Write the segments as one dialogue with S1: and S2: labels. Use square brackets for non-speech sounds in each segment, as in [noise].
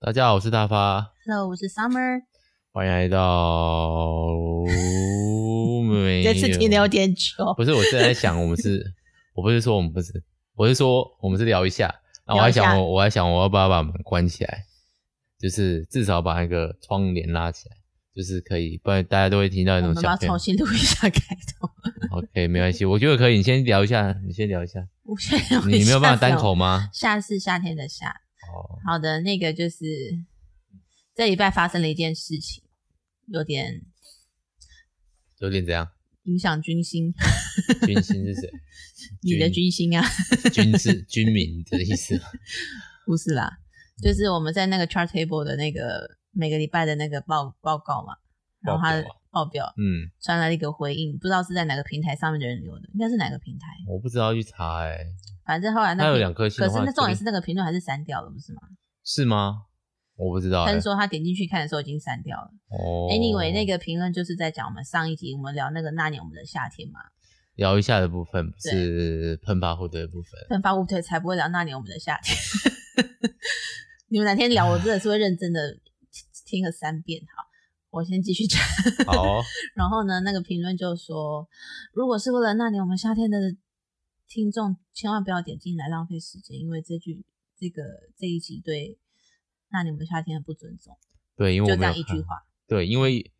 S1: 大家好，我是大发，
S2: Hello，我是 Summer。
S1: 欢迎来到没
S2: 这次停的有点久，
S1: 哎不是，我正在想，我们
S2: [laughs]
S1: 是，我不是说我们不是，我是说我们是聊一下。那我
S2: 聊
S1: 还
S2: 一下
S1: 想我，我还想我要不要把门关起来，就是至少把那个窗帘拉起来，就是可以，不然大家都会听到
S2: 我
S1: 那种
S2: 们
S1: 小
S2: 要
S1: 片
S2: 重。新录一下开头。 [laughs]
S1: OK，没关系，我觉得可以。你先聊一下，你先聊一
S2: [laughs]
S1: 下。
S2: 我现在有
S1: 你没有办法单口
S2: 吗？
S1: 吗？
S2: 夏是夏天的夏。
S1: 哦，
S2: 好的，那个就是这礼拜发生了一件事情，有点
S1: 有点怎样？
S2: 影响
S1: [laughs]
S2: 军心，
S1: 军心是
S2: [laughs]
S1: 谁？
S2: 你的军心啊， [laughs]
S1: 军是军民的意思吗。
S2: 不是啦，就是我们在那个 chart table 的那个每个礼拜的那个报报告嘛，然后
S1: 报
S2: 他
S1: 表啊
S2: 报表
S1: 嗯，
S2: 传来了一个回应，不知道是在哪个平台上面的人留的，应该是哪个平台，
S1: 我不知道去查哎、
S2: 反正后来那
S1: 他有
S2: 评
S1: 两颗星
S2: 可
S1: 的
S2: 是
S1: 话，
S2: 那重点
S1: 肯定
S2: 是那个评论还是删掉了，不是吗？
S1: 是吗？我不知道、
S2: 他
S1: 欸
S2: 是。说他点进去看的时候已经删掉了。
S1: 哦
S2: Anyway，那个评论就是在讲我们上一集我们聊那个那年我们的夏天嘛，
S1: 聊一下的部分
S2: 对
S1: 是喷发互怼的部分。
S2: 喷发物推才不会聊那年我们的夏天。 [laughs] 你们哪天聊，我真的是会认真的听个三遍。好，我先继续讲。
S1: 好哦、
S2: [laughs] 然后呢，那个评论就说，如果是为了那年我们夏天的听众，千万不要点进来浪费时间，因为这句这个这一集对那年我们夏天很不尊重。
S1: 对，因为
S2: 就
S1: 我
S2: 这
S1: 没有
S2: 样一句
S1: 看。
S2: 话，
S1: 对，因为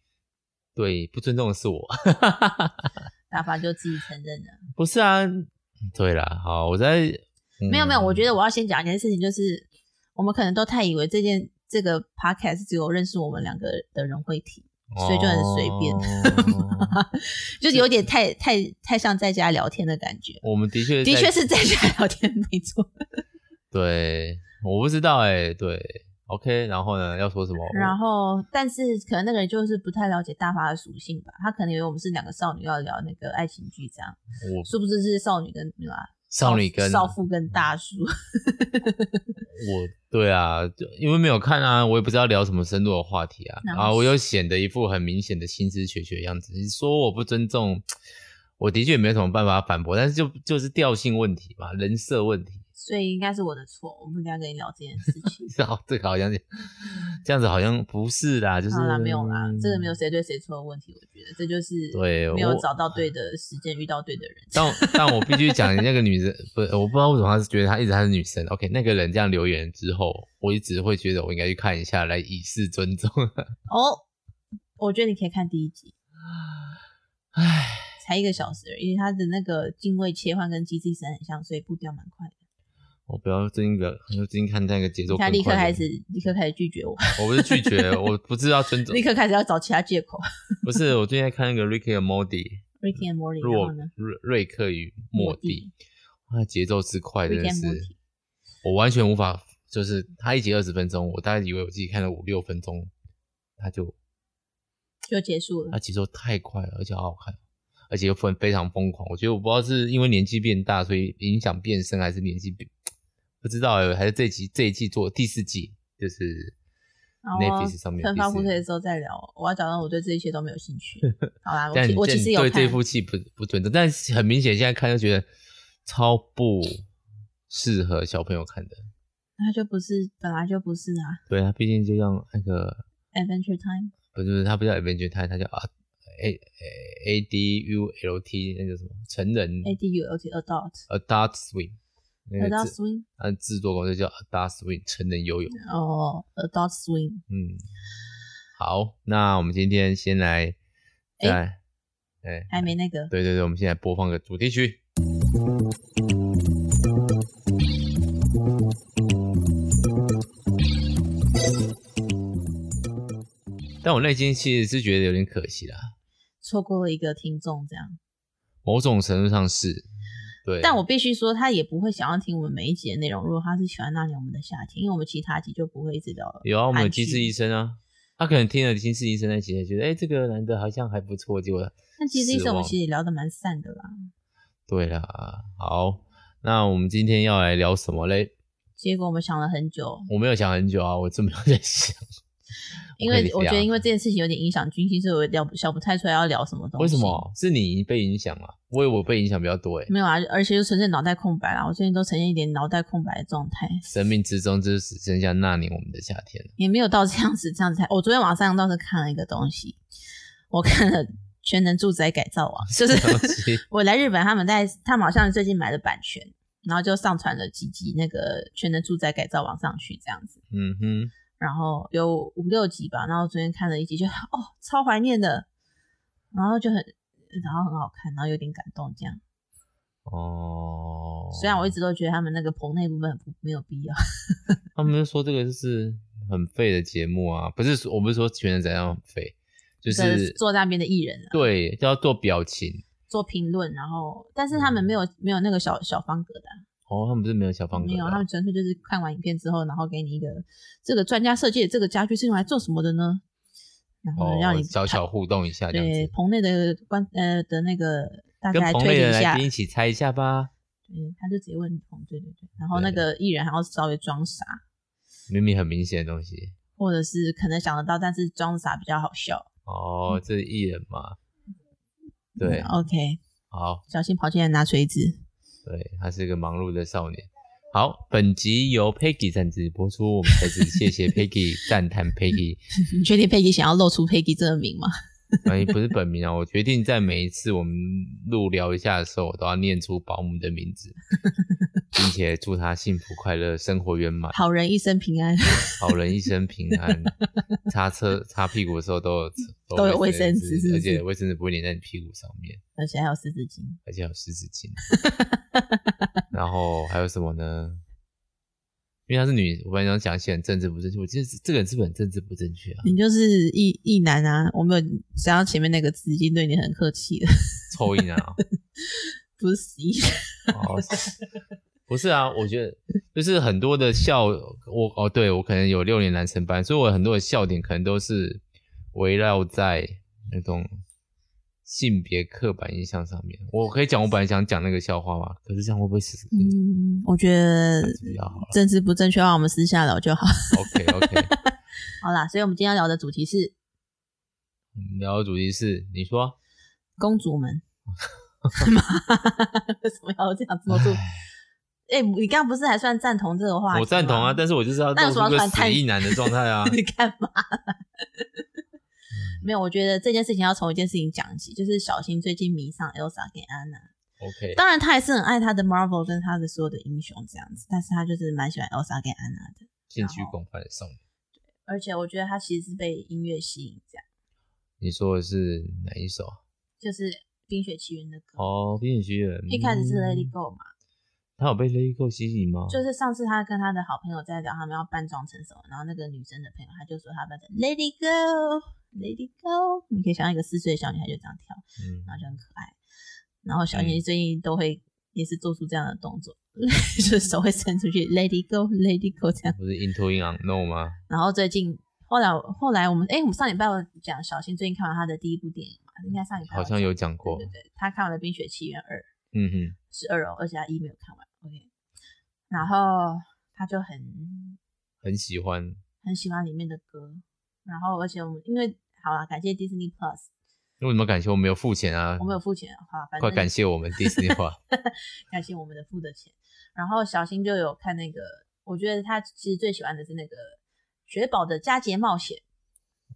S1: 对不尊重的是我。 [laughs]
S2: 大发就自己承认了。
S1: 不是啊，对啦，好，我在、
S2: 没有没有，我觉
S1: 得
S2: 得我要先讲一件事情，就是我们可能都太以为这件这个 podcast 只有认识我们两个的人会听，
S1: 嗯
S2: 所以就很随便，
S1: 哦
S2: [laughs] 就是有点太太太像在家聊天的感觉。
S1: [laughs] 我们的确
S2: 的
S1: 在哦
S2: 确是在家聊天，没错。
S1: 对，我不知道哎、对，OK，然后呢，要说什么？
S2: [laughs] 然后，但是可能那个人就是不太了解大发的属性吧，他可能以为我们是两个少女要聊那个爱情剧这样，
S1: 我
S2: 殊不知是少女跟女啊，
S1: 少女跟
S2: 少妇跟大叔。
S1: 我对啊，就因为没有看啊，我也不知道聊什么深入的话题啊。
S2: 然
S1: 然
S2: 后
S1: 后我又显得一副很明显的心知学学的样子。你说我不尊重，我的确也没有什么办法反驳，但是就就是调性问题嘛，人设问题。。
S2: 所以应该是我的错，我不应该跟你聊这件事情
S1: 好，这个好像是这样子，好像不是啦，就是
S2: 好啦，没有啦，这个没有。谁对谁错的问题，我觉得这就是
S1: 对
S2: 没有
S1: 我
S2: 找到对的时间，遇到对的人。
S1: 但我但我必须讲，那个女人不，我不知道为什么她是觉得她一直她是女生。OK，那个人这样留言之后，我一直会觉得我应该去看一下，来以示尊重。 [laughs]
S2: 哦，我觉得你可以看第一集，
S1: [sighs] 唉。
S2: 才一个小时而已，因为它的那个定位切换跟《机智神》很像，所以步调蛮快的。
S1: 我不要最近不要，我最近看那个节奏更
S2: 他
S1: 快。
S2: 立刻开始，，立刻开始拒绝我，
S1: 我 [laughs] 不是拒
S2: [laughs]
S1: 绝，我不知道尊重
S2: 立。刻开始要找其他借口。
S1: 不是，我最近在看那个 Ricky and Morty，
S2: Ricky and Morty，然
S1: 若
S2: 后呢
S1: 瑞瑞克与莫蒂，他节奏之快，真
S2: ？Ricky
S1: 的
S2: and
S1: 是
S2: Morty，
S1: 我完全无法，就是他一集二十分钟，我大概以为我自己看了五六分钟，他就
S2: 就结束了
S1: 他。节奏太快了，而且好好看，而且又分非常疯狂。我觉得我不知道是因为年纪变大，所以影响变深，还是年纪变不知道、欸，还是这一集这一季做第四季就是
S2: 然后
S1: Netflix 上面
S2: 喷
S1: 第
S2: 发
S1: 四
S2: 互推
S1: 季
S2: 的时候再聊。我要找到我对这一切都没有兴趣。好啦，
S1: [laughs]
S2: 我
S1: 但
S2: 其我
S1: 但
S2: 其实
S1: 你
S2: 有
S1: 对
S2: 看。
S1: 这部戏不不尊重，但是很明显现在看就觉得超不适合小朋友看的。
S2: 他就不是本来就不是啊
S1: 对啊，毕竟就像那个
S2: ，Adventure Time
S1: 不是他不叫 Adventure Time，他叫啊 A A A D U L T 那叫什么成人
S2: A D U L T Adult
S1: Adult Swim 那个
S2: 哎 Adult
S1: 制
S2: Swing
S1: 它的制作公司叫 Adult Swim 成人游泳。
S2: 哦，Adult Swing
S1: 嗯，好，那我们今天先来
S2: 诶
S1: 来，哎、
S2: 还没那个
S1: 对对对，我们现在播放个主题曲。但我内心其实是觉得有点可惜啦，
S2: 错过了一个听众这样，
S1: 某种程度上是，对。
S2: 但我必须说他也不会想要听我们每一集的内容。如果他是喜欢那年我们的夏天，因为我们其他集就不会一直聊了。
S1: 有啊，我们有
S2: 韩
S1: 机智
S2: 剧
S1: 医生啊，他可能听了机智医生那集，觉得哎、诶这个男的好像还不错，结果
S2: 那其实
S1: 失
S2: 一生我们
S1: 望
S2: 其实也聊得蛮散的啦。
S1: 对啦。好，那我们今天要来聊什么嘞？
S2: 结果我们想了很久，
S1: 我没有想很久啊，我真没有在想。
S2: 因
S1: 可以
S2: 为
S1: 理解
S2: 我觉得
S1: 啊
S2: 因为这件事情有点影响军心，所以我聊不想不太出来要聊什么东西。
S1: 为什？么是你被影响啊？我以为我被影响比较多诶、
S2: 没有啊，而且又呈现脑袋空白啦。我最近都呈现一点脑袋空白的状态，
S1: 生命之中就只剩下那年我们的夏
S2: [laughs]
S1: 天了。
S2: 也没有到这样子，这样子才。我昨天晚上倒是看了一个东西，我看了《全能住宅改造王》，就
S1: 东
S2: 是 [laughs]
S1: 西
S2: 我来日本，他们在他们好像最近买了版权，然后就上传了几集那个《全能住宅改造王》上去这样子，
S1: 嗯哼，
S2: 然后有五六集吧，然后昨天看了一集就，哦超怀念的，然后就很然后很好看，然后有点感动这样。
S1: 哦，
S2: 虽然我一直都觉得他们那个棚内部分很不没有必要，
S1: 他们就说这个就是很废的节目啊，不是说我不是说全能怎样很废，
S2: [laughs]
S1: 就
S2: 但
S1: 是
S2: 坐那边的艺人啊
S1: 对，就要做表情。
S2: 做评论，然后但是他们没有没有那个小小方格的啊、
S1: 哦，他们不是没有小方格
S2: 没
S1: 的
S2: 有，
S1: 啊，
S2: 他们纯粹就是看完影片之后，然后给你一个这个专家设计的这个家具是用来做什么的呢？然后让
S1: 哦
S2: 你
S1: 小小互动一下这样
S2: 对
S1: 子，
S2: 棚内的观呃的那个大
S1: 跟
S2: 概
S1: 棚
S2: 推
S1: 内
S2: 理
S1: 的
S2: 一
S1: 来
S2: 下，
S1: 宾一起猜一下吧。
S2: 嗯，他就直接问棚，对对对，然后
S1: 对
S2: 那个艺人还要稍微装傻，
S1: 明明很明显的东西。
S2: 或者是可能想得到，但是装傻比较好笑。
S1: 哦，这是艺人嘛？对
S2: 嗯，，OK，
S1: 好，
S2: 小心跑进来拿锤子。 [laughs]
S1: 对，他是一个忙碌的少年。好，本集由 Peggy 赞助播出，我们再次谢谢
S2: [laughs]
S1: Peggy，赞叹 Peggy。
S2: 你确定佩奇想要露出佩奇这个名吗？
S1: 哎，不是本名啊，我决定在每一次我们录聊一下的时候，我都要念出保姆的名字，并且祝他幸福快乐，生活圆满，
S2: 好人一生平安， [laughs]
S1: 好人一生平安。擦车擦屁股的时候都有
S2: 都有
S1: 卫
S2: 卫生纸是不
S1: 而
S2: 是
S1: 且卫生纸不会粘在你屁股上面。
S2: 而且还有四字经。
S1: 而且还有湿纸巾。然后还有什么呢？因为她是女，我本来想讲一些很政治不正确，我记得这个人是不是很政治不正确啊？
S2: 你就是一一男啊！我没有想到前面那个字已经对你很客气了， [laughs]
S1: 抽烟啊？
S2: 不是十一
S1: 哦，不是啊，我觉得就是很多的笑，我哦，对我可能有六年男生班，所以我很多的笑点可能都是围绕在那种性别刻板印象上面。我可以讲我本来想讲那个笑话嘛，可是这样会不会死？
S2: [laughs] 嗯，我觉得
S1: 比较好了
S2: 政治不正确的话，我们私下聊就好。
S1: OK OK，
S2: [laughs] 好啦，所以我们今天要聊的主题是
S1: 我们聊的主题是你说啊。
S2: 公主
S1: [laughs]
S2: 们。 [laughs] 为什么要这样做出？哎、你刚刚不是还算赞同这个话题吗？
S1: 我赞同啊，但是我就是要
S2: 那有
S1: 露
S2: 什么
S1: 出个
S2: 反
S1: 死
S2: 弹。
S1: 意男的状态啊
S2: [laughs] 你干嘛？
S1: 嗯
S2: 没有，我觉得这件事情要从一件事情讲起，就是小新最近迷上 Elsa 跟安娜。
S1: OK，
S2: 当然，他还是很爱他的 Marvel 跟他的所有的英雄这样子，但是他就是蛮喜欢 Elsa 跟安娜的。
S1: 进
S2: 哦
S1: 去广泛送。
S2: 而且我觉得他其实是被音乐吸引，这样
S1: 你说的是哪一首啊？
S2: 就是《冰雪奇缘》的歌。
S1: 哦，冰雪奇缘。
S2: 一开始是 Lady
S1: 嗯
S2: Go 嘛，
S1: 他有被 Lady Go 吸引吗？
S2: 就是上次他跟他的好朋友在聊，他们要扮装成什么，然后那个女生的朋友他就说他扮成 Lady Go，Lady Go，你可以想象一个四岁的小女孩就这样跳，
S1: 嗯
S2: 然后就很可爱。然后小女最近都会也是做出这样的动作， [laughs] 就是手会伸出去，Lady Go，Lady Go 这样。
S1: 不是 Into In Unknown 吗？
S2: 然后最近后来后来我们哎、我们上礼拜有讲小新最近看完他的第一部电影嘛，应该上礼拜
S1: 好像有讲过
S2: 对。对对，他看完了《冰雪奇缘二》
S1: 嗯哼，
S2: 是二哦，而且他一没有看完，OK。然后他就很
S1: 很喜欢。
S2: 很喜欢里面的歌，然后而且我们因为好了，感谢 Disney Plus，
S1: 那为什么感谢我们有付钱啊
S2: 我？们有付钱，好，反正
S1: 快感谢我们迪士尼吧。
S2: [laughs] 感谢我们的付的钱。然后小新就有看那个，我觉得他其实最喜欢的是那个雪宝的《佳节冒险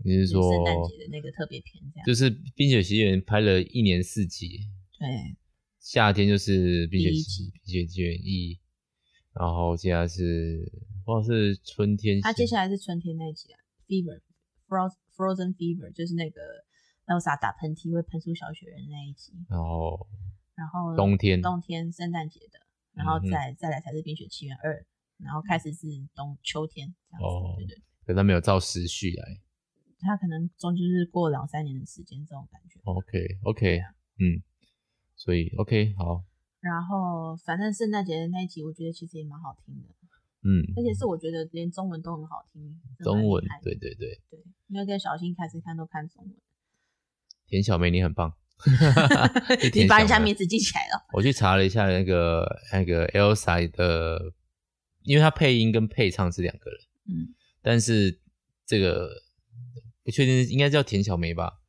S1: 你是》，
S2: 就是圣诞
S1: 说，
S2: 节的那个特别篇这样。
S1: 就是《冰雪奇缘》拍了一年四季，
S2: 对，
S1: 夏天就是冰雪
S2: 第一
S1: 奇冰雪奇缘一，然后接下来是不知道是春天系。
S2: 他接下来是春天那一集啊，Fever Frozen Frozen Fever，就是那个 Elsa 打喷嚏会喷出小雪人那一集。
S1: 然后
S2: 然后
S1: 冬天
S2: 冬天圣诞节的，然后
S1: 嗯哼
S2: 再、再来才是《冰雪奇缘二》，然后开始是冬秋天这样子，
S1: 哦
S2: 对对。
S1: 可是他没有照时序来。
S2: 他可能中间就是过两三年的时间这种感
S1: 哦
S2: 觉。
S1: OK OK，嗯，所以 OK 好，
S2: 然后反正圣诞节的那一集，我觉得其实也蛮好听的，
S1: 嗯，
S2: 而且是我觉得连中文都很好听，真的蛮
S1: 中文
S2: 厉害的
S1: 对对对，
S2: 对，因为跟小新开始看都看中文，，
S1: 田小梅你很棒田
S2: 你把人
S1: 小
S2: 家
S1: 梅
S2: 名字记起来了。
S1: 我去查了一下那个那个 Elsa 的，因为她配音跟配唱是两个人，
S2: 嗯，
S1: 但是这个不确定应该叫田小梅吧，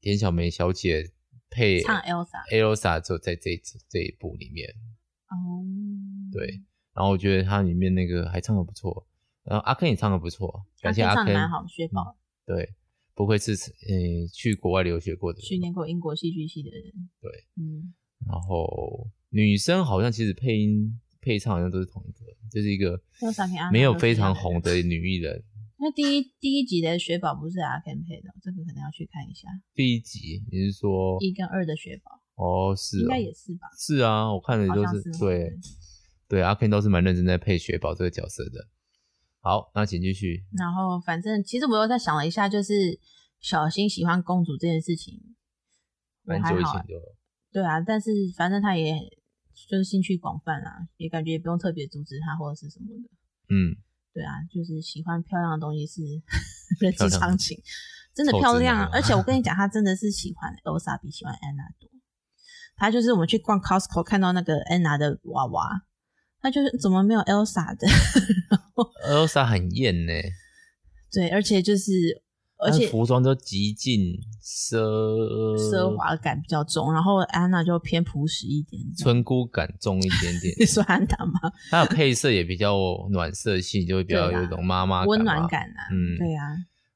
S1: 田小梅小姐配
S2: 唱 Elsa
S1: Elsa 就在这一次这一部里面，
S2: 哦，
S1: 对，然后我觉得她里面那个还唱的不错，然后阿坑也唱的不错，
S2: 他
S1: 感谢
S2: 可以
S1: 阿嗯
S2: 唱的
S1: 坑，
S2: 蛮好，薛宝
S1: 对，不愧是嗯、去国外留学过的人，
S2: 训练过英国戏剧系的人，
S1: 对，
S2: 嗯，
S1: 然后女生好像其实配音配唱好像都是同一个，就是一个
S2: 那萨克阿娜
S1: 没有
S2: 都是
S1: 非
S2: 一样
S1: 常
S2: 的
S1: 红的女艺人。
S2: 那第一第一集的雪宝不是阿 Ken 配的哦，这个可能要去看一下。
S1: 第一集你是说
S2: 一跟二的雪宝
S1: 哦是
S2: 应
S1: 哦
S2: 该也是吧？
S1: 是啊，我看的
S2: 好
S1: 就
S2: 像
S1: 是
S2: 是哦
S1: 对
S2: 对
S1: 对阿 Ken 都是蛮认真在配雪宝这个角色的。好，那请继续。
S2: 然后反正其实我又在想了一下，就是小新喜欢公主这件事情，我
S1: 蛮
S2: 还
S1: 久以
S2: 好
S1: 前
S2: 啊，
S1: 就有
S2: 对啊，但是反正他也就是兴趣广泛啊，也感觉也不用特别阻止他或者是什么的。
S1: 嗯，
S2: 对啊，就是喜欢漂亮的东西
S1: [laughs]
S2: 是人
S1: 漂
S2: 之
S1: 亮
S2: 常情，真的
S1: 臭
S2: 漂
S1: 直
S2: 亮
S1: 男啊！
S2: 啊而且我跟你讲，她真的是喜欢 Elsa 比喜欢安娜多。她就是我们去逛 Costco 看到那个安娜的娃娃，她
S1: 嗯
S2: 就是怎么没有 Elsa 的？ [laughs]
S1: Elsa 很艳呢，
S2: 对，而且就是而
S1: 她的
S2: 且
S1: 服装都极尽奢
S2: 奢华感比较重，然后安娜就偏朴实一点。这样。
S1: 村姑感重一点点
S2: [laughs] 你说安娜吗？
S1: 它的配色也比较暖色系，就会比较
S2: 对啦啊
S1: 有一种妈妈
S2: 温
S1: 嘛
S2: 暖感啊，
S1: 嗯
S2: 对啊。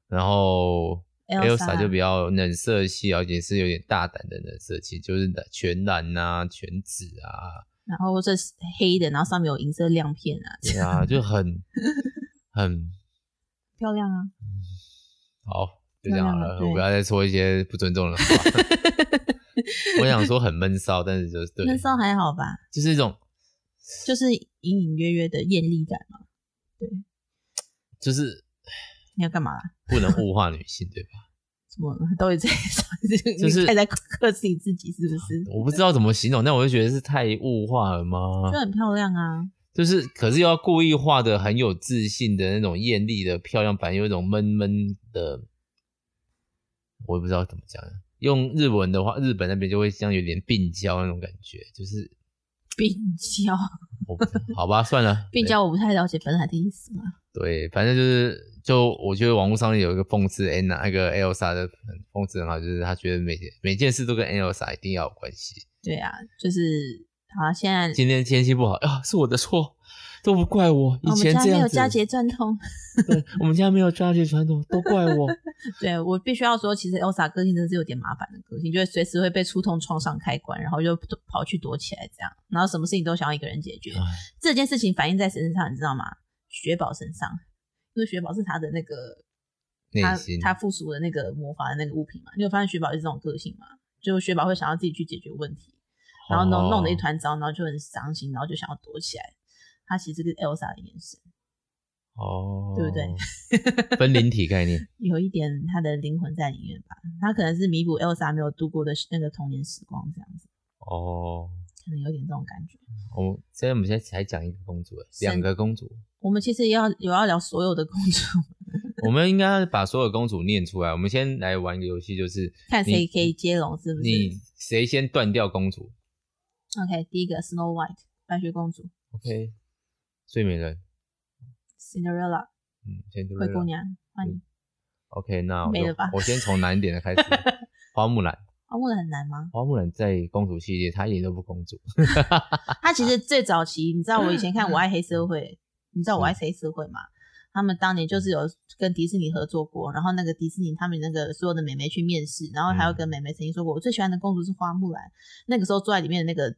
S1: 然后
S2: Elsa
S1: Elsa 就比较冷色系，而且是有点大胆的冷色系，就是全蓝啊、全紫啊，
S2: 然后这是黑的，然后上面有银色亮片啊，
S1: 对啊，
S2: [laughs]
S1: 就很很
S2: 漂
S1: [laughs]
S2: 亮啊！
S1: 好，就这样好
S2: 漂亮
S1: 了，
S2: 对
S1: 我不要再说一些不尊重的话。
S2: [laughs]
S1: 我想说很闷骚，但是就是对，
S2: 那时候还好吧？
S1: 就是一种，
S2: 就是隐隐约约的艳丽感嘛。
S1: 就是
S2: 你要干嘛啦？
S1: 不能物化女性，对吧？
S2: 怎么了都在
S1: [laughs] 就是
S2: 太在克制你自己，是不是？
S1: 我不知道怎么形容，但我就觉得是太物化了吗？
S2: 就很漂亮啊，
S1: 就是，可是又要故意画的很有自信的那种艳丽的漂亮版，有一种闷闷的，我也不知道怎么讲。用日文的话，日本那边就会像有点病娇那种感觉，就是
S2: 病娇，
S1: 我不知道好吧，算了，
S2: [laughs] 病娇我不太了解本来的意思嘛。
S1: 对，对，反正就是就我觉得网络上有一个讽刺 N 那个 Elsa 的讽刺很好，就是他觉得每每件事都跟 Elsa 一定要有关系。
S2: 对啊，就是好，啊现在
S1: 今天天气不好啊，是我的错，都不怪我。以
S2: 哦我们
S1: 前
S2: 家
S1: 这
S2: 没
S1: 样
S2: 有
S1: 子， [laughs]
S2: 佳节传统， [laughs]
S1: 对，我们家没有家节传统，都怪我。啊
S2: 对我必须要说，其实 Elsa 个性真的是有点麻烦的个性，就会随时会被触痛创伤开关，然后就跑去躲起来这样，然后什么事情都想要一个人解决
S1: 唉。
S2: 这件事情反映在谁身上，你知道吗？雪宝身上，因为雪宝是他的那个
S1: 内
S2: 他
S1: 心
S2: 他附属的那个魔法的那个物品嘛。你有发现雪宝是这种个性嘛？就雪宝会想要自己去解决问题，然后弄弄
S1: 哦
S2: 得一团糟，然后就很伤心，然后就想要躲起来。他其实是 Elsa 的眼神，
S1: 哦，
S2: 对不对？ [laughs]
S1: 分灵体概念，
S2: 有一点他的灵魂在里面吧。他可能是弥补 Elsa 没有度过的那个童年时光，这样子，
S1: 哦，
S2: 可能有点这种感觉。
S1: 我们现在我们现在才讲一个公主，
S2: 三
S1: 两个公主，
S2: 我们其实也要有要聊所有的公主，
S1: 我们应该把所有公主念出来。我们先来玩一个游戏，就是
S2: 看
S1: 你
S2: 谁可以接龙，是不是
S1: 你谁先断掉公主
S2: ？OK，第一个 Snow White 白雪公主
S1: ，OK？睡美人，
S2: ，Cinderella
S1: 嗯，先
S2: 灰姑娘，换
S1: 嗯
S2: 你。
S1: ，OK？那我
S2: 没了吧
S1: 我先从难一点的开
S2: [laughs]
S1: 始，花木兰，
S2: 花木兰啊很难吗？
S1: 花木兰在公主系列，她一点都不公主， [laughs]
S2: 他其实最早期，你知道我以前看《我爱黑社会》，你知道《我
S1: 嗯
S2: 爱黑社会》吗？他们当年就是有跟迪士尼合作过，然后那个迪士尼他们那个所有的美眉去面试，然后还有
S1: 嗯
S2: 跟美眉曾经说过，我最喜欢的公主是花木兰。那个时候坐在里面的那个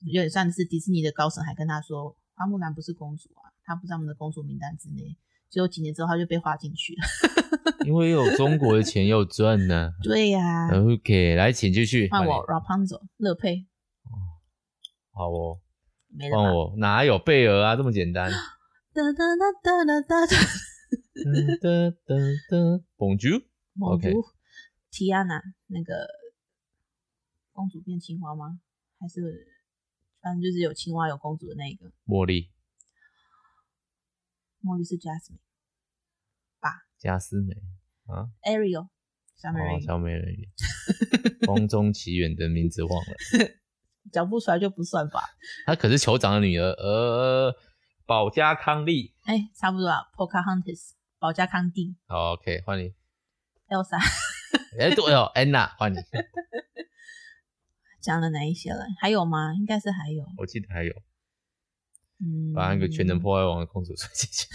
S2: 有点算是迪士尼的高层，还跟他说花木兰不是公主啊，她不在我们的公主名单之内。结果几年之后，她就被划进去了。 [laughs]
S1: 因为有中国的钱又赚呢。
S2: 对呀、
S1: OK，来，请继续。
S2: 换
S1: 呃你
S2: 我 Rapunzel 乐佩
S1: 好哦，
S2: 没了
S1: 换
S2: 吧？
S1: 我，哪有贝儿啊这么简单？
S2: 哒哒哒哒哒哒，
S1: 噔噔噔噔，Bonjour，
S2: 蒙
S1: OK
S2: 古提亚娜那个公主变青蛙吗？还是反正就是有青蛙有公主的那一个，
S1: 茉莉、
S2: 茉莉是 Jasmine、
S1: 加斯美啊，
S2: Ariel、小美
S1: 哦
S2: 人，鱼，
S1: 小美人鱼，风中奇缘的名字忘了，
S2: 讲不出来就不算吧？
S1: 她可是酋长的女儿，呃，保加康利。
S2: 哎，差不多啊。Pocahontas 保加康帝，
S1: 好，OK，换你。
S2: Elsa [laughs]
S1: 哎，对哦，安娜，换你， [laughs]
S2: 讲了哪一些了？还有吗？应该是还有。
S1: 我记得还有
S2: 嗯，
S1: 把那个全能破坏王的公主抓进去。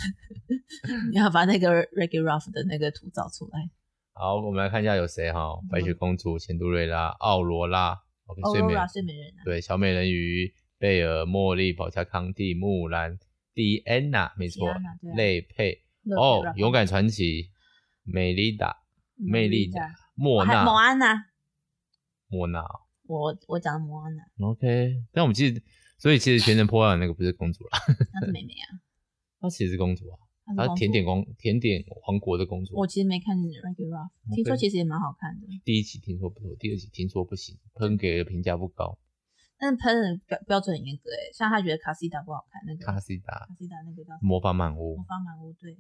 S2: 你要把那个 Reggie Ruff 的那个图找出来。
S1: 好，我们来看一下有谁哈，
S2: 嗯
S1: 白雪公主、钱杜瑞拉、奥罗拉，OK，嗯
S2: 欧
S1: 睡美
S2: 罗
S1: 人
S2: 拉睡美人啊，
S1: 对，小美人鱼、贝尔、茉莉、保加康蒂、木兰、迪安娜，没错
S2: Diana，对啊，
S1: 类配
S2: 乐佩
S1: 哦
S2: 拉，
S1: 勇敢传奇、美丽达、魅力
S2: 的
S1: 达、莫
S2: 啊哦还有莫
S1: 娜、
S2: 安娜，
S1: 莫娜
S2: 我我讲的莫安娜，
S1: ，OK。但我们记得，所以其实全能破案那个不是公主啦，
S2: [laughs] 她是妹妹啊，
S1: 她其实是公主啊，
S2: 她
S1: 她
S2: 是公主
S1: 甜点。王甜点王国的公主。
S2: 我其实没看 Reggie Ruff，
S1: OK
S2: 听说其实也蛮好看的，
S1: 第一集听说不错，第二集听说不行，喷给的评价不高。
S2: 但是喷的标标准很严格哎，像他觉得卡西达不好看，那个
S1: 卡
S2: 卡
S1: 西达
S2: 西达那个叫什么
S1: 魔法满屋
S2: 魔，法满屋对，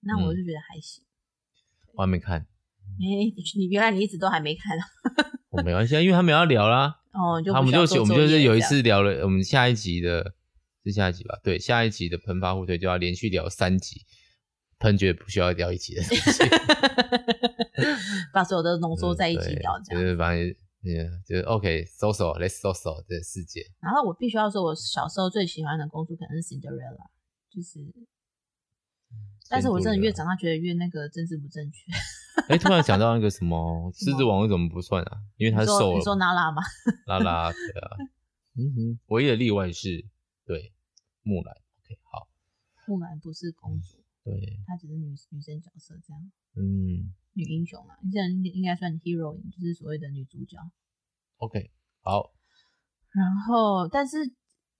S2: 那
S1: 嗯
S2: 我就觉得还行。
S1: 我还没看，
S2: 哎、你你原来你一直都还没看啊
S1: 我没关系，啊，因为他们要聊啦。 [laughs]
S2: 哦， [laughs] 你就
S1: 啊我
S2: 不
S1: 们
S2: 需要
S1: 就
S2: 做
S1: 是我们就
S2: 作
S1: 是
S2: 业
S1: 有一
S2: 这样，
S1: 次聊了，我们下一集的是下一集吧？对，下一集的喷发互推就要连续聊三集，喷觉得不需要聊一集的东
S2: [laughs]
S1: 西，
S2: 把所有的浓缩在一起
S1: 嗯对
S2: 聊这
S1: 就
S2: 样。
S1: 是反正。嗯，就是 OK，搜索，let's 搜索这个世界，
S2: 然后我必须要说，我小时候最喜欢的公主可能是 Cinderella，就是，但是我真的越长大觉得越那个政治不正确。
S1: 哎，突然想到那个什
S2: [laughs]
S1: 么
S2: 什
S1: 狮
S2: 么
S1: 子王为什么不算啊？因为他
S2: 你
S1: 瘦
S2: 说你
S1: 了
S2: 说
S1: 嘛，
S2: 娜拉吗？ [laughs]
S1: 拉拉对啊，嗯哼，唯一的例外是对木兰，OK，好，
S2: 木兰不是公主，
S1: 对，
S2: 她只是女女生角色这样，
S1: 嗯
S2: 女英雄啊，这人应该算 hero，就是所谓的女主角。
S1: ，OK，好，
S2: 然后，但是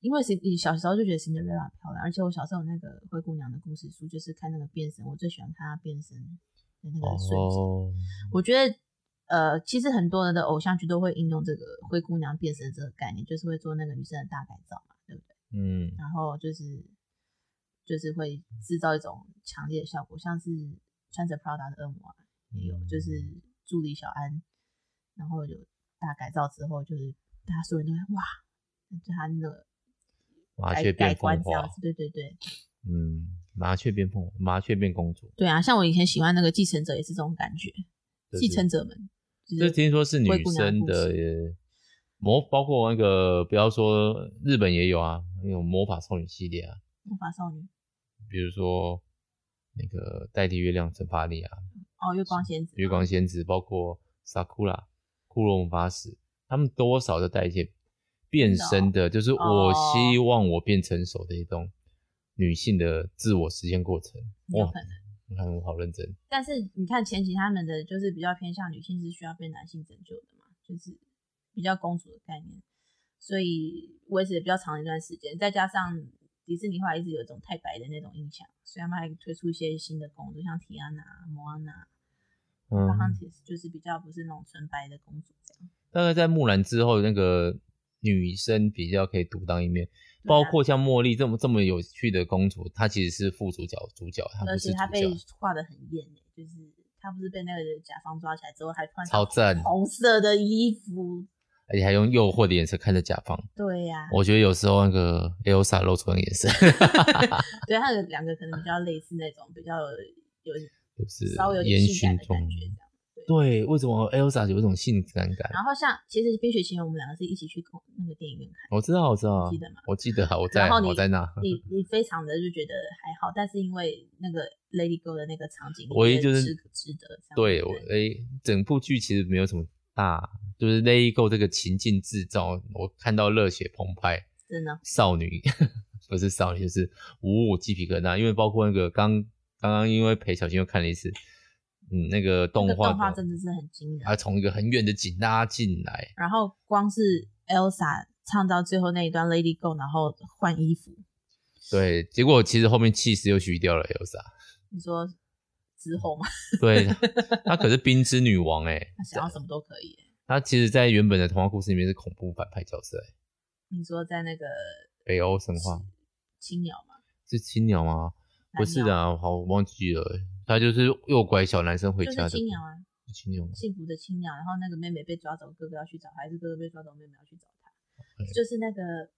S2: 因为 Cin- 你小时候就觉得 Cinderella 漂亮，而且我小时候有那个灰姑娘的故事书，就是看那个变身，我最喜欢看她变身的那个瞬间。
S1: 哦，
S2: 我觉得，呃，其实很多人的偶像剧都会应用这个灰姑娘变身这个概念，就是会做那个女生的大改造嘛，对不对？
S1: 嗯，
S2: 然后就是就是会制造一种强烈的效果，像是穿着 Prada 的恶魔啊，也有，
S1: 嗯
S2: 就是助理小安，然后有大改造之后，就是大家所有人都会哇，就他那个
S1: 麻雀
S2: 改改
S1: 变凤
S2: 观这
S1: 凰
S2: 样，子，对对对
S1: 嗯，麻雀变凤凰，麻雀变公主，
S2: 对啊，像我以前喜欢那个继承者也是这种感觉，继承者们就
S1: 这
S2: 是
S1: 听说是女
S2: 灰姑娘
S1: 生
S2: 故
S1: 的呃
S2: 事
S1: 魔，包括那个不要说日本也有啊，那种魔法少女系列啊，
S2: 魔法少女
S1: 比如说那个代替月亮惩罚你啊，
S2: 哦，月光仙子，
S1: 月光仙子，包括萨库拉、库洛魔法使，他们多少都带一些变身
S2: 哦
S1: 的，就是我希望我变成熟的一种女性的自我实现过程。
S2: 有
S1: 哇
S2: 可能，
S1: 你看我好认真，
S2: 但是你看前期他们的就是比较偏向女性是需要被男性拯救的嘛，就是比较公主的概念，所以维持了比较长一段时间。再加上迪士尼后来一直有一种太白的那种印象，所以他们还推出一些新的公主，像提安娜、莫安娜、
S1: 嗯，
S2: 巴汉提斯，就是比较不是那种纯白的公主这样。
S1: 大概在木兰之后，那个女生比较可以独当一面，
S2: 对啊
S1: 包括像茉莉这么这么有趣的公主，她其实是副主角，主角她
S2: 而
S1: 不是
S2: 且
S1: 主
S2: 她被
S1: 角，
S2: 画的很艳耶，就是她不是被那个甲方抓起来之后还穿上
S1: 超赞，
S2: 红色的衣服，
S1: 而且还用诱惑的眼神看着甲方。
S2: 对呀、
S1: 我觉得有时候那个 Elsa 露出那个眼神，
S2: 对，他有两个可能比较类似那种比较有 [laughs]
S1: 就是
S2: 稍微有点
S1: 烟
S2: 性感
S1: 熏
S2: 的
S1: 妆
S2: 感。觉这样。
S1: 对，为什么 Elsa 有一种性感感？
S2: 然后像其实《冰雪奇缘》，我们两个是一起去公那个电影院看，
S1: 我知道，我知道
S2: 记得吗，
S1: 我记得啊，我在，
S2: 然后你
S1: 我在那。 [laughs]
S2: 你你非常的就觉得还好，但是因为那个 Lady Go 的那个场景，你
S1: 唯一
S2: 觉得
S1: 就是
S2: 值值得这样。
S1: 对我诶、整部剧其实没有什么大，就是 Let It Go 这个情境制造，我看到热血澎湃，
S2: 真的
S1: 少女 [laughs] 不是少女，就是五五鸡皮疙瘩，因为包括那个刚刚刚因为陪小新又看了一次，嗯，那个动
S2: 那个
S1: 画
S2: 动画
S1: 的
S2: 真的是很惊人
S1: 他。从一个很远的景拉进来，
S2: 然后光是 Elsa 唱到最后那一段 Lady Go，然后换衣服，
S1: 对，结果其实后面气势又虚掉了 Elsa，
S2: 你说之后嘛，
S1: 对，她可是冰之女王哎、
S2: 她 [laughs] 想要什么都可以。
S1: 她其实，在原本的童话故事里面是恐怖反派角色、欸，
S2: 你说在那个
S1: 北欧神话
S2: 青鸟嘛，
S1: 是青鸟吗？不是
S2: 蓝
S1: 的
S2: 鸟，
S1: 啊，好，我忘记了欸。他就是诱拐小男生回
S2: 就
S1: 家
S2: 是
S1: 的。
S2: 青鸟啊。
S1: 是青鸟吗，
S2: 幸福的青鸟，然后那个妹妹被抓走，哥哥要去找她，还是哥哥被抓走，妹妹要去找他
S1: OK
S2: 就是那个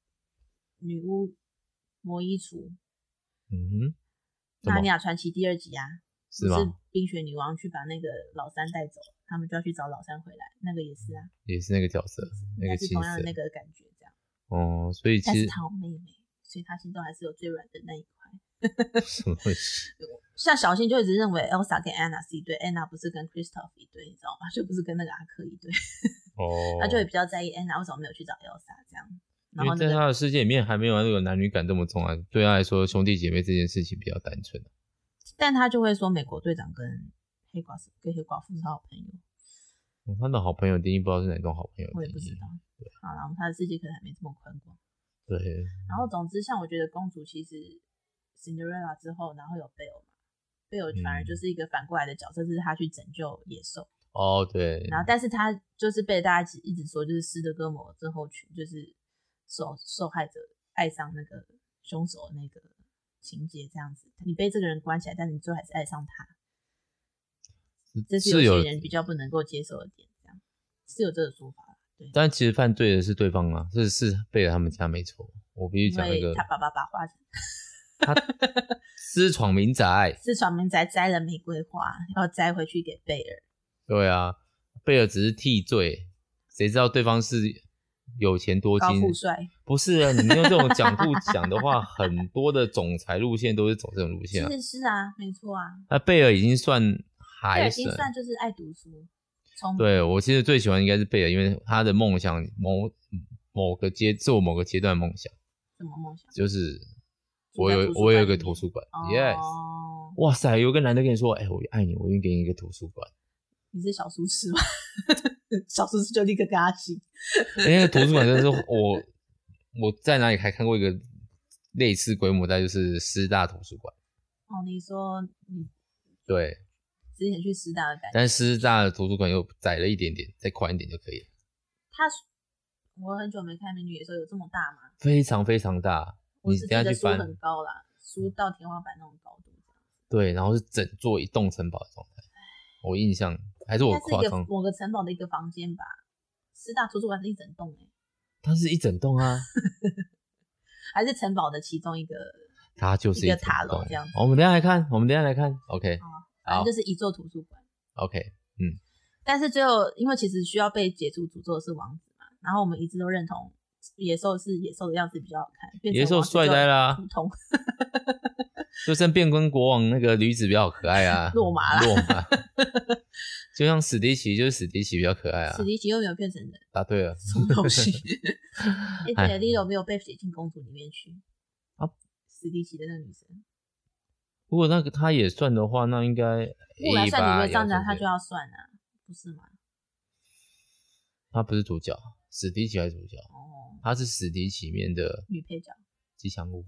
S2: 女巫魔衣橱《
S1: 嗯哼，怎
S2: 纳
S1: 么
S2: 尼亚传奇》第二集啊，
S1: 是
S2: 不
S1: 吗
S2: 是冰雪女王去把那个老三带走，他们就要去找老三回来，那个也是啊，
S1: 也是那个角色，那
S2: 应
S1: 个
S2: 该是
S1: 气
S2: 同样的
S1: 色
S2: 那个感觉这样。
S1: 哦，所以
S2: 但
S1: 其
S2: 是
S1: 实
S2: 她有妹妹，所以她心中还是有最软的那一块。
S1: 什么
S2: [laughs]
S1: 回事？
S2: 像小新就一直认为 Elsa 跟 Anna 是一对，Anna 不是跟 Kristoff 一对，你知道吗？ [laughs] 就不是跟那个阿克一对，
S1: 哦，
S2: 他就会比较在意 Anna 为什么没有去找 Elsa 这样。然
S1: 因
S2: 后
S1: 为在
S2: 那个
S1: 他的世界里面还没有那个男女感这么重啊，对他来说兄弟姐妹这件事情比较单纯。啊
S2: 但他就会说美国队长跟黑寡妇跟黑寡妇是好朋友，
S1: 哦他的好朋友定义不知道是哪种好朋友，
S2: 我也不知。道。好啦，然后他的世界可能还没这么宽广。
S1: 对，
S2: 然后总之，像我觉得公主其实 Cinderella 之后，然后有贝尔嘛，贝尔反而
S1: 嗯
S2: 就是一个反过来的角色，是她去拯救野兽，
S1: 哦对，
S2: 然后但是她就是被大家一直说就是斯德哥尔摩症候群，就是受受害者爱上那个凶手那个情节这样子，你被这个人关起来，但是你最后还是爱上他，这是
S1: 有
S2: 有些人比较不能够接受的点，这样是有这个说法啦，对，
S1: 但其实犯罪的是对方啊，是是贝尔他们家没错。我必须
S2: 因
S1: 讲那
S2: 为
S1: 个
S2: 他爸爸把花
S1: 私闯民宅，
S2: 四川民宅摘了玫瑰花，要摘回去给贝尔。
S1: 对啊，贝尔只是替罪，谁知道对方是有钱多
S2: 高
S1: 金？
S2: 富帅，
S1: 不是啊，你用这种讲故讲的话，很多的总裁路线都是走这种路线啊。
S2: 是是啊，没错啊，
S1: 那贝尔已经算
S2: 贝尔
S1: 还
S2: 金
S1: 是
S2: 算就是爱读书，聪明。
S1: 对我其实最喜欢应该是贝尔，因为他的梦想某某个阶是我某个阶段的梦想，
S2: 什么梦想？
S1: 就是
S2: 住
S1: 我
S2: 在
S1: 有
S2: 图书
S1: 我有一
S2: 馆
S1: 个
S2: 里
S1: 图
S2: 面
S1: 书馆、
S2: 哦
S1: y e s 哇塞，有个男的跟你说，哎、我爱你，我愿意给你一个图书
S2: [laughs]
S1: 馆。
S2: 你是小叔痴吗？ [laughs] 小叔痴就立刻跟他亲。
S1: 因为哎图书馆真的是我我在哪里还看过一个类似规模，大概就是师大图书馆。
S2: 哦，你说你
S1: 对，
S2: 之前去师大的感觉，
S1: 但师大的图书馆又窄了一点点，再宽一点就可以了，
S2: 他我很久没看《美女野兽》，有这么大吗？
S1: 非常非常大。
S2: 我
S1: 你
S2: 是
S1: 等
S2: 觉
S1: 一下
S2: 得
S1: 去
S2: 书很
S1: 翻，
S2: 高啦，书到天花板那种高度这样。
S1: 对，然后是整座一栋城堡的状态。我印象还是我
S2: 它是
S1: 夸
S2: 一个
S1: 张，
S2: 某个城堡的一个房间吧。师大图书馆是一整栋哎、
S1: 它是一整栋啊，
S2: 还是城堡的其中一个，
S1: 它就是
S2: 一个
S1: 整
S2: 塔楼
S1: 栋
S2: 这样子哦
S1: 我们等一下来看，我们等一下来看。OK
S2: 反
S1: 好
S2: 正就是一座图书馆。
S1: OK，
S2: 但是最后，因为其实需要被解除诅咒的是王子嘛，然后我们一致都认同野兽是野兽的样子比较好看，变成
S1: 野兽
S2: 王子
S1: 帅
S2: 就
S1: 呆啦
S2: 普通
S1: 就剩变更国王那个驴子比较可爱啊，
S2: [laughs] 落马啦
S1: 落马。就像史迪奇，就是史迪奇比较可爱啊
S2: 史。迪奇又没有变成人，
S1: 答对了，
S2: 什么东
S1: [laughs]
S2: 西？而
S1: 哎
S2: 且 Lilo 没有被写进公主里面去
S1: 啊。
S2: 史迪奇的那个女生，
S1: 如果那个他也算的话，那应该
S2: 木兰
S1: A
S2: 算你
S1: 吧？
S2: 没有这样讲，
S1: 他
S2: 她就要算啊，不是吗？
S1: 他不是主角，史迪奇还是主角？
S2: 哦，
S1: 他是史迪奇里面的
S2: 女配角，
S1: 吉祥物，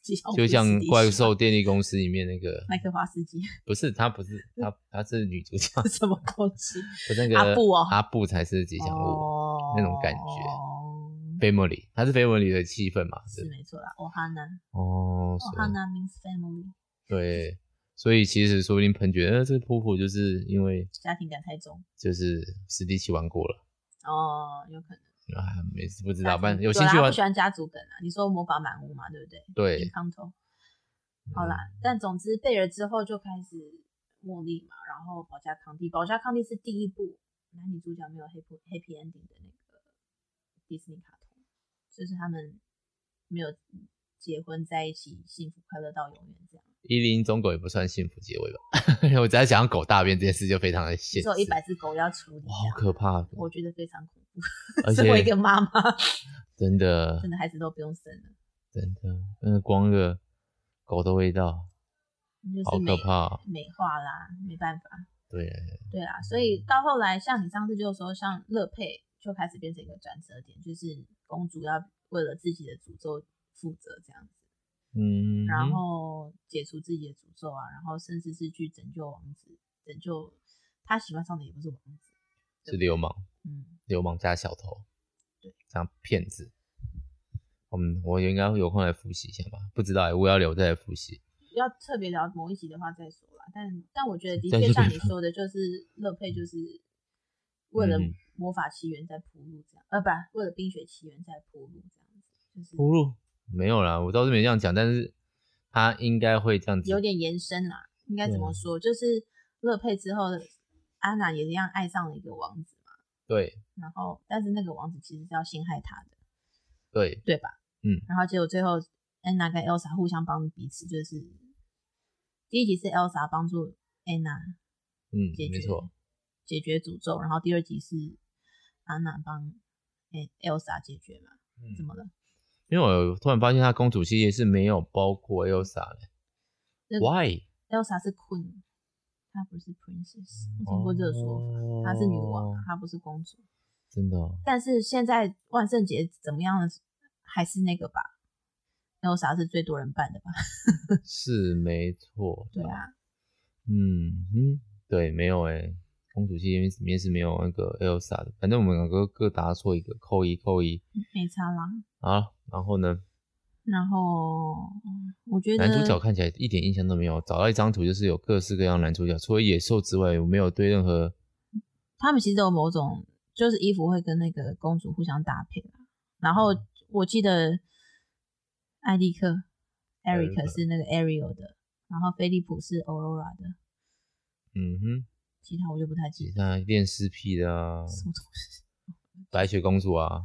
S2: 吉祥物
S1: 就是
S2: [laughs] 史
S1: 像
S2: 迪奇
S1: 怪
S2: 吗
S1: 兽电力公司里面那个，
S2: 麦克华斯
S1: [laughs]
S2: 基
S1: 不是他不是他他是女主
S2: [laughs]
S1: 角，
S2: 什么东西？
S1: 不是那个
S2: 嗯阿布哦
S1: 阿布才是吉祥物
S2: 哦
S1: 那种感
S2: 觉
S1: ，family，他是 family 的气氛嘛？
S2: 是
S1: 是
S2: 没错啦。哦哈娜，
S1: 哦，
S2: 哦
S1: 所
S2: 哈
S1: 以
S2: 娜 means family，
S1: 对，所以其实说不定彭觉得、呃、这个瀑布就是因为
S2: 家庭感太重
S1: 就是史迪奇玩过了，
S2: 哦，有可能。
S1: 啊，没事不知
S2: 知
S1: 道，反正有兴趣
S2: 嗯他
S1: 玩
S2: 不喜。欢家族梗啊。你说魔法满屋嘛，对不对？
S1: 对嗯
S2: e n c 好啦，但总之贝尔之后就开始茉莉嘛，然后保加康帝，保加康帝是第一部男女主角没有 happy happy ending 的那个迪士尼卡通，就是他们没有结婚在一起，幸福快乐到永远这样。
S1: 一零中狗也不算幸福结尾吧？ [laughs] 我只要想到狗大便这件事就非常的现实，
S2: 只有一百只狗要处
S1: 哇，
S2: 理这
S1: 好
S2: 样，
S1: 可怕！
S2: 我觉得非常恐怖。 [laughs]
S1: 而且
S2: 作为一个妈妈，
S1: 真的
S2: 真的孩子都不用生了，
S1: 真的，那个光个狗的味道
S2: 就
S1: 好
S2: 是美
S1: 可怕哦。
S2: 美化啦，没办法。
S1: 对，
S2: 对啊，所以到后来，像你上次就说，像乐佩就开始变成一个转折点，就是公主要为了自己的诅咒负责这样子，
S1: 嗯，
S2: 然后解除自己的诅咒啊，然后甚至是去拯救王子，拯救她喜欢上的也不是王子，
S1: 是流氓，
S2: 嗯，
S1: 流氓加小偷，
S2: 对，
S1: 这样骗子。嗯，我应该会有空来复习一下吧，不知道哎，我要留再来复习。
S2: 要特别聊某一集的话再说啦。但但我觉得的
S1: 但
S2: 确
S1: 是
S2: 像
S1: 对
S2: 你说的，就是乐佩就是为了
S1: 嗯
S2: 魔法奇缘在铺路这样，呃，不，为了冰雪奇缘在铺路这样子，就是
S1: 呼噜没有啦，我倒是没这样讲，但是他应该会这样子
S2: 有点延伸啦。应该怎么
S1: 嗯
S2: 说？就是乐佩之后，安娜也一样爱上了一个王子嘛。
S1: 对
S2: 然后，但是那个王子其实是要陷害她的，
S1: 对，
S2: 对吧？
S1: 嗯。
S2: 然后结果最后，安娜跟 Elsa 互相帮助彼此，就是第一集是 Elsa 帮助安娜
S1: 嗯
S2: 解，决，
S1: 没错，
S2: 解决诅咒。然后第二集是安娜帮 El- Elsa 解决嘛？
S1: 嗯
S2: 怎么了？
S1: 因为我突然发现她公主系列是没有包括 Elsa 的
S2: 那
S1: ，Why？
S2: Elsa 是 Queen，她不是 Princess。
S1: 哦
S2: 我听过这个说法，
S1: 法
S2: 她是女王，啊她不是公主。
S1: 哦真的哦
S2: 但是现在万圣节怎么样呢？还是那个吧，Elsa 是最多人办的吧？
S1: 是没错，
S2: 对啊，
S1: 嗯嗯，对，没有哎、公主系列里面是没有那个 Elsa 的，反正我们两个各答错一个，扣一扣一
S2: 没差啦。
S1: 啊。然后呢，
S2: 然后嗯我觉得
S1: 男主角看起来一点印象都没有，找到一张图就是有各式各样的男主角，除了野兽之外，我没有对任何
S2: 他们其实都有某种，就是衣服会跟那个公主互相搭配啦。然后
S1: 嗯
S2: 我记得艾利克
S1: Eric
S2: Eric 是那个 Ariel 的，然后菲利普是 Aurora 的，
S1: 嗯哼，
S2: 其他我就不太记
S1: 其
S2: 得
S1: 他恋尸癖的啊，
S2: [laughs] 什么东西。
S1: 白雪公主啊，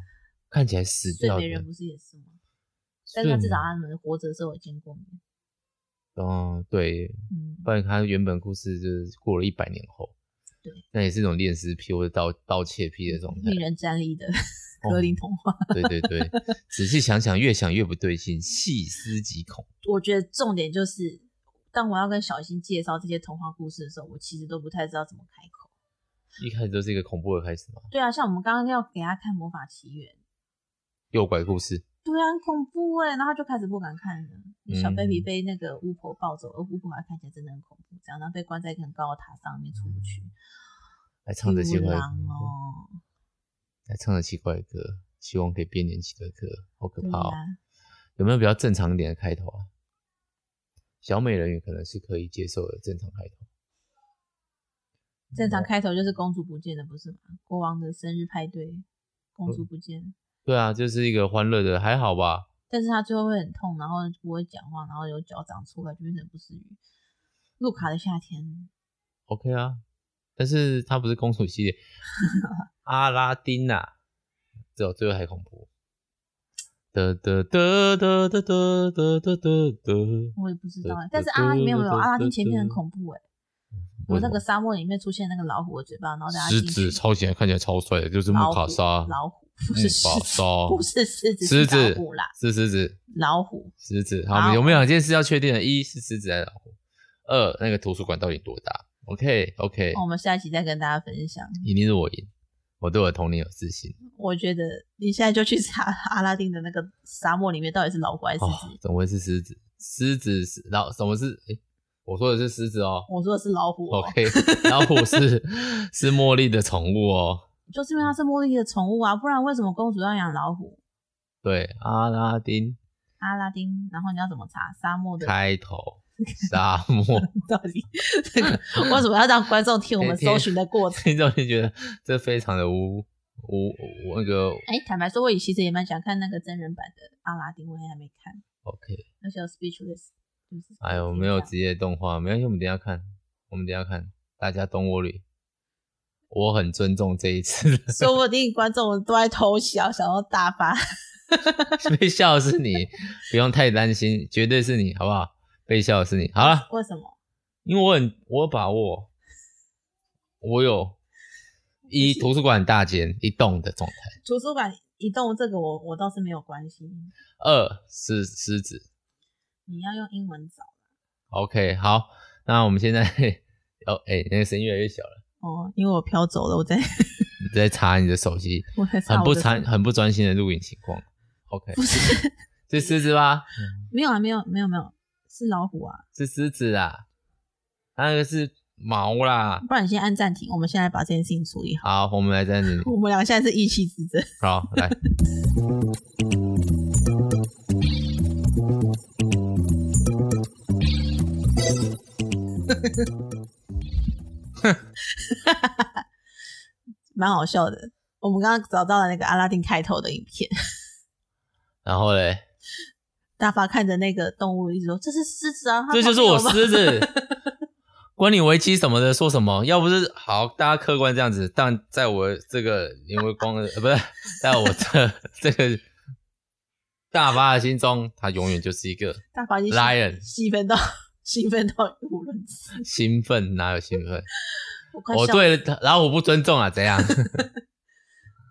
S1: 看起来死
S2: 睡
S1: 掉
S2: 美
S1: 的
S2: 人，不是也是吗？但是他
S1: 睡
S2: 至少
S1: 美
S2: 他们活着的时候有见过面。
S1: 哦，对，
S2: 嗯，
S1: 不然他原本故事就是过了一百年后，
S2: 对，
S1: 那也是一种恋尸癖或者盗盗窃癖的状态哦
S2: 令。人站立的格林童话。 [laughs]
S1: 对对对，仔细想想，越想越不对劲，细思极恐。
S2: 我觉得重点就是，当我要跟小新介绍这些童话故事的时候，我其实都不太知道怎么开口。
S1: 一开始就是一个恐怖的开始嘛，
S2: 对啊，像我们刚刚要给他看《魔法奇缘》，
S1: 诱拐故事。
S2: 对啊，很恐怖哎、然后他就开始不敢看了。小
S1: 嗯
S2: baby 被那个巫婆抱走，而巫婆还看起来真的很恐怖，这样然后被关在一个很高的塔上面出不去。
S1: 还唱
S2: 嗯
S1: 着奇嗯怪的
S2: 狼
S1: 歌，
S2: 哦，
S1: 还唱着奇怪的歌，希望可以编年奇怪的歌，好可
S2: 对
S1: 怕哦！
S2: 啊，
S1: 有没有比较正常一点的开头啊？小美人鱼可能是可以接受的正常开头。
S2: 正常
S1: 嗯
S2: 开头就是公主不见了，不是吗？国王的生日派对，公
S1: 嗯
S2: 主不见了。
S1: 对啊，就是一个欢乐的，还好吧？
S2: 但是他最后会很痛，然后不会讲话，然后有脚长出来，就变成不适于。路卡的夏天，
S1: OK 啊，但是它不是公主
S2: [laughs]
S1: 系列，阿拉丁呐、啊，这最后还恐怖。得得得得得得得得得得，
S2: 我也不知道欸
S1: 对。
S2: 但是阿拉丁没有没有
S1: 对对
S2: 阿拉丁
S1: 对
S2: 前面很
S1: 对
S2: 恐怖哎、有那个沙漠里面出现那个老虎的嘴巴，然后大家
S1: 狮
S2: 进
S1: 子
S2: 去
S1: 超起来看起来超帅的，就是木
S2: 老
S1: 卡
S2: 虎
S1: 莎，
S2: 老虎不
S1: 木
S2: 是狮
S1: 卡
S2: 子，
S1: 莎，
S2: 不是狮子，
S1: 狮
S2: 是
S1: 子
S2: 老虎啦，
S1: 是狮子，
S2: 老虎。
S1: 狮子。好，我们
S2: 好
S1: 有没有两件事要确定的？一是狮子还是老虎？二那个图书馆到底多大？OK OK，
S2: 我们下一期再跟大家分享。
S1: 一定是我赢，我对我的童年有自信。
S2: 我觉得你现在就去查 [laughs] 阿拉丁的那个沙漠里面到底是老虎还是 [laughs] 狮
S1: 哦
S2: 子。，
S1: 怎么会是狮子？狮子是老什么是？诶，我说的是狮子哦。
S2: 我说的是老虎、哦
S1: OK，老虎是是茉莉的宠物哦。
S2: 就是因为它是茉莉的宠物啊，不然为什么公主要养老虎？
S1: 对，阿拉丁
S2: 阿拉丁，然后你要怎么查沙漠的
S1: 开头沙漠，
S2: [laughs]
S1: [laughs]
S2: 到底？这个为什么要让观众听我们
S1: 天
S2: 搜寻的过程？
S1: 听众就觉得这非常的无无无那个
S2: 哎、坦白说，我也其实也蛮想看那个真人版的阿拉丁，我也还没看，
S1: OK。
S2: 而且有 Speechless，就是
S1: 哎呦，没有职业动画，没关系，我们等一下看，我们等一下看，大家懂我捋。我很尊重这一次
S2: [laughs]
S1: 的
S2: 说不定观众都在偷笑，想要大发。
S1: 被笑的是你，不用太担心，绝对是你，好不好？被笑的是你，好啊了。
S2: 为什么？
S1: 因为我很我有把握，我有一图书馆很大间一栋的状态，
S2: 图书馆移动这个我我倒是没有关系，
S1: 二是狮子。
S2: 你要用英文找
S1: OK，好，那我们现在哦，哎、那个声音越来越小了，
S2: 哦，因为我飘走了，我在
S1: 你在查你的手机，
S2: 我在
S1: 很
S2: 查
S1: 不
S2: 我的
S1: 专
S2: 手
S1: 很不专心的录影情况。OK，
S2: 不是
S1: [laughs] 是狮子吧？
S2: 没有啊，没有没有没有是老虎啊，
S1: 是狮子啊，那个是毛啦。
S2: 不然你先按暂停，我们现在把这件事情处理好。
S1: 好，我们来在这里，
S2: [laughs] 我们俩现在是意气之争。
S1: 好来。
S2: 蛮好笑的。我们刚刚找到了那个阿拉丁开头的影片，
S1: 然后嘞，
S2: 大发看着那个动物一直说：“这是狮子啊！”它
S1: 这就是
S2: 旁边
S1: 我
S2: 有吗
S1: 狮子。关你为妻什么的说什么，要不是好，大家客观这样子，但在我这个林维光的呃，不是， [laughs] 在我这这个大发的心中，他永远就是一个
S2: [laughs] 大发已经
S1: lion，
S2: 兴奋到兴奋到语无伦次，
S1: 兴奋哪有兴奋？
S2: 我快
S1: 我
S2: 笑
S1: 哦对老虎不尊重啊，怎
S2: [laughs]
S1: 样？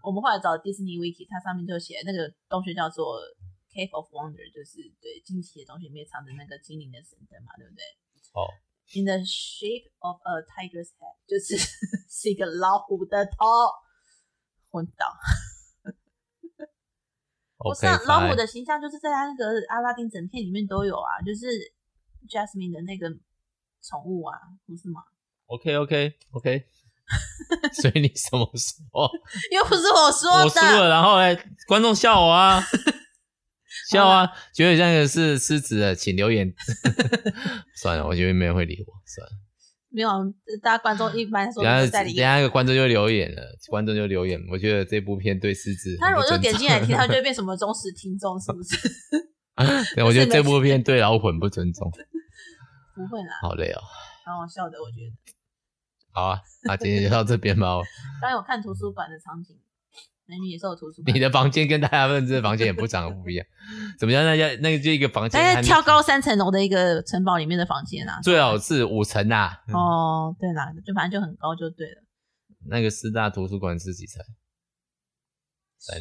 S2: 我们后来找 Disney Wiki，它上面就写那个东西叫做 Cave of Wonder，就是对惊奇的东西里面藏着那个精灵的神灯嘛，对不对
S1: 哦，
S2: ？In the shape of a tiger's head，就是 [laughs] 是一个老虎的头，昏倒。不
S1: OK，
S2: 是、啊、老
S1: fine
S2: 虎的形象就是在他那个阿拉丁整片里面都有啊，就是 Jasmine 的那个宠物啊，不是吗？
S1: OK OK
S2: [laughs]
S1: OK，所以你什么说？
S2: 又不是我说
S1: 我输
S2: 的，
S1: 了，然后嘞，观众笑我
S2: [laughs]
S1: 啊，笑啊，觉得这个是狮子的，请留言。 [laughs] 算了，我觉得没人会理我，算了。
S2: 没有，大家观众一般来说
S1: 等下
S2: 都在
S1: 等
S2: 理。
S1: 下一个观众就留言了，观众就留言，我觉得这部片对狮子
S2: 他
S1: 很
S2: 如
S1: 不
S2: 果就
S1: 尊重，
S2: 点
S1: [laughs]
S2: 进来听，他就会变什么忠实听众，是不是？
S1: 对我觉得
S2: 就
S1: 这
S2: 是
S1: 部片对老虎很不尊重。
S2: 不会啦，
S1: 好累哦，
S2: 蛮好笑的，我觉得。
S1: 好啊，那今天就到这边吧。
S2: 当然，我看图书馆的场景，美女野兽图书馆
S1: 你，的房间跟大家认知的房间也不长得不一样，怎么样？那家那就一个房间，
S2: 大
S1: 还
S2: 概
S1: 没
S2: 挑哎高三层楼的一个城堡里面的房间啊。
S1: 最好是五层啊。嗯
S2: 哦，对啦，就反正就很高就对了。
S1: 那个四大图书馆是几层？
S2: 十，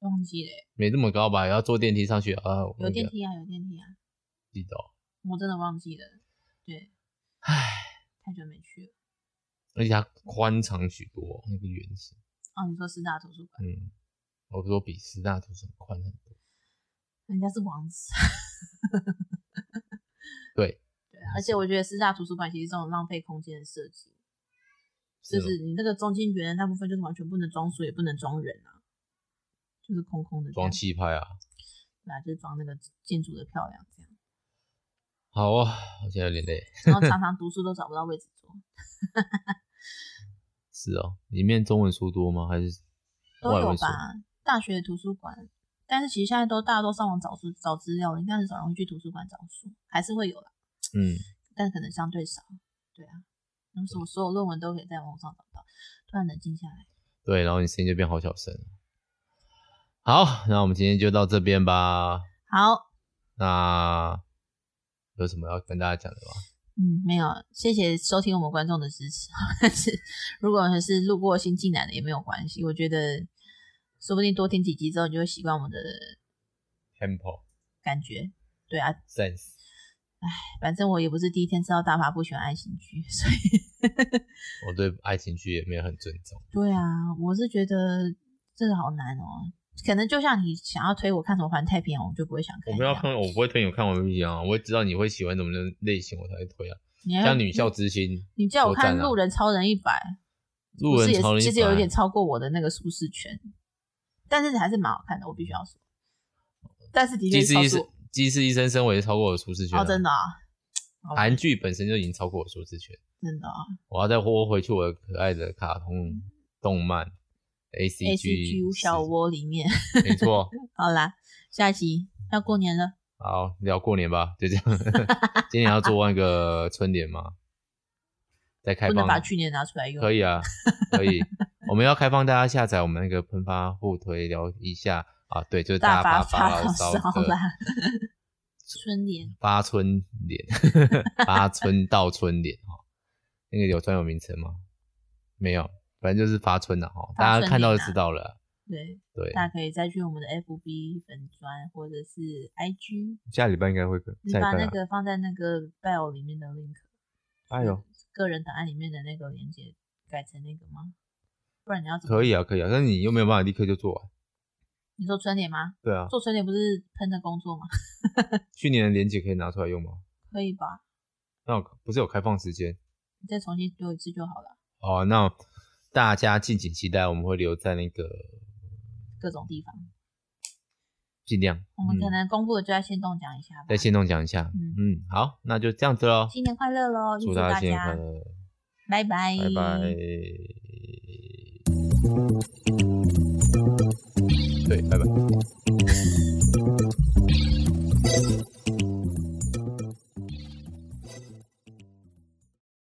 S2: 忘记了，欸
S1: 没这么高吧？要坐电梯上去啊？我那
S2: 有
S1: 个
S2: 电梯啊，有电梯啊，
S1: 记得哦。
S2: 我真的忘记了。对，
S1: 唉，
S2: 太久没去了。
S1: 而且它宽敞许多，那个圆形。
S2: 哦，你说师大图书馆，
S1: 嗯，我说比四大图书馆宽很多。
S2: 人家是王子。
S1: 对，
S2: [laughs] 对啊，而且我觉得师大图书馆其实这种浪费空间的设计，就
S1: 吗
S2: 是你那个中间圆的那部分，就是完全不能装书，也不能装人啊，就是空空的这样
S1: 装，气派啊。
S2: 对啊，就是装那个建筑的漂亮这样。
S1: 好啊、我现在有点累。
S2: 然后常常读书都找不到位置坐，
S1: 是哦，里面中文书多吗？还是
S2: 都
S1: 外
S2: 有
S1: 文书？
S2: 吧？大学的图书馆，但是其实现在都大家都上网找书找资料了，应该很少人会去图书馆找书，还是会有啦，
S1: 嗯，
S2: 但可能相对少。对啊，那么所所有论文都可以在网上找到。突然冷静下来，
S1: 对。然后你声音就变好小声。好，那我们今天就到这边吧。
S2: 好，
S1: 那有什么要跟大家讲的吗？
S2: 嗯，没有，谢谢收听我们观众的支持。但是如果是路过新进来的也没有关系，我觉得说不定多听几集之后，你就会习惯我们的
S1: Temple
S2: 感觉。对啊，
S1: sense
S2: 反正我也不是第一天知道大发不喜欢爱情剧，所以
S1: 我对爱情剧也没有很尊重。
S2: 对啊，我是觉得这个好难哦。可能就像你想要推我看什么《环太平洋》，我就不会想看
S1: 我
S2: 一样。
S1: 不要看，我不会推你看完毕啊，我会知道你会喜欢什么类型，我才会推啊。
S2: 哎你要
S1: 像《女校之星》，
S2: 你叫我看
S1: 多赞啊
S2: 《路人超人一百》，
S1: 路人
S2: 不是也
S1: 超人
S2: 其实
S1: 100
S2: 有一点超过我的那个舒适圈，但是还是蛮好看的，我必须要说。但是的
S1: 鸡
S2: 确是
S1: 翅
S2: 超
S1: 医
S2: 出
S1: 生，鸡翅医生身为超过我的舒适圈、
S2: 哦，真的。啊，好吧
S1: 韩剧本身就已经超过我舒适圈，
S2: 真的啊
S1: 我要再豁回去我的可爱的卡通、动漫、A C
S2: ，A C G U 小窝里面， [laughs]
S1: 没错。
S2: 好啦，下一集要过年了，
S1: 好，聊过年吧，就这
S2: [laughs]
S1: 样。今年要做那个春联吗？再开
S2: 不能
S1: 放
S2: 把去年拿出来用
S1: 可。以
S2: [laughs]
S1: 啊，可以。我们要开放大家下载我们那个喷发互推聊一下啊，对，就是
S2: 大
S1: 发
S2: 发
S1: 发
S2: 发
S1: 牢
S2: 烧
S1: 骚的
S2: 啦， [laughs] 春
S1: [laughs]
S2: 联
S1: 发春联，发春到春联哈、哦，那个有专有名词吗？没有，反正就是发春了、哈、哦，
S2: 发
S1: 大
S2: 春
S1: 家看到就
S2: 联啊
S1: 知道了。
S2: 对，
S1: 对，
S2: 大家可以再去我们的 FB 粉砖或者是 IG，
S1: 下礼拜应该会跟
S2: 你把那个放在那个 bio 里面的 link，
S1: 啊哎呦，
S2: 个人档案里面的那个链接改成那个吗？不然你要怎么？
S1: 可以啊，可以啊，但是你又没有办法立刻就做完。
S2: 你说春联吗？
S1: 对啊，
S2: 做春联不是喷的工作吗？ [laughs]
S1: 去年的年节可以拿出来用吗？
S2: 可以吧？
S1: 那我不是有开放时间
S2: 你再重新丢一次就好了。
S1: 哦？那大家敬请期待，我们会留在那个
S2: 各种地方，
S1: 尽量，
S2: 我们
S1: 嗯
S2: 可能公布的就在先动讲一下吧。
S1: 在线动讲一下。
S2: 嗯
S1: 嗯，好，那就这样子喽。
S2: 新年快乐喽！预
S1: 祝大
S2: 大
S1: 家新年快
S2: 家，
S1: 乐，
S2: 拜拜，
S1: 拜拜。对，拜拜。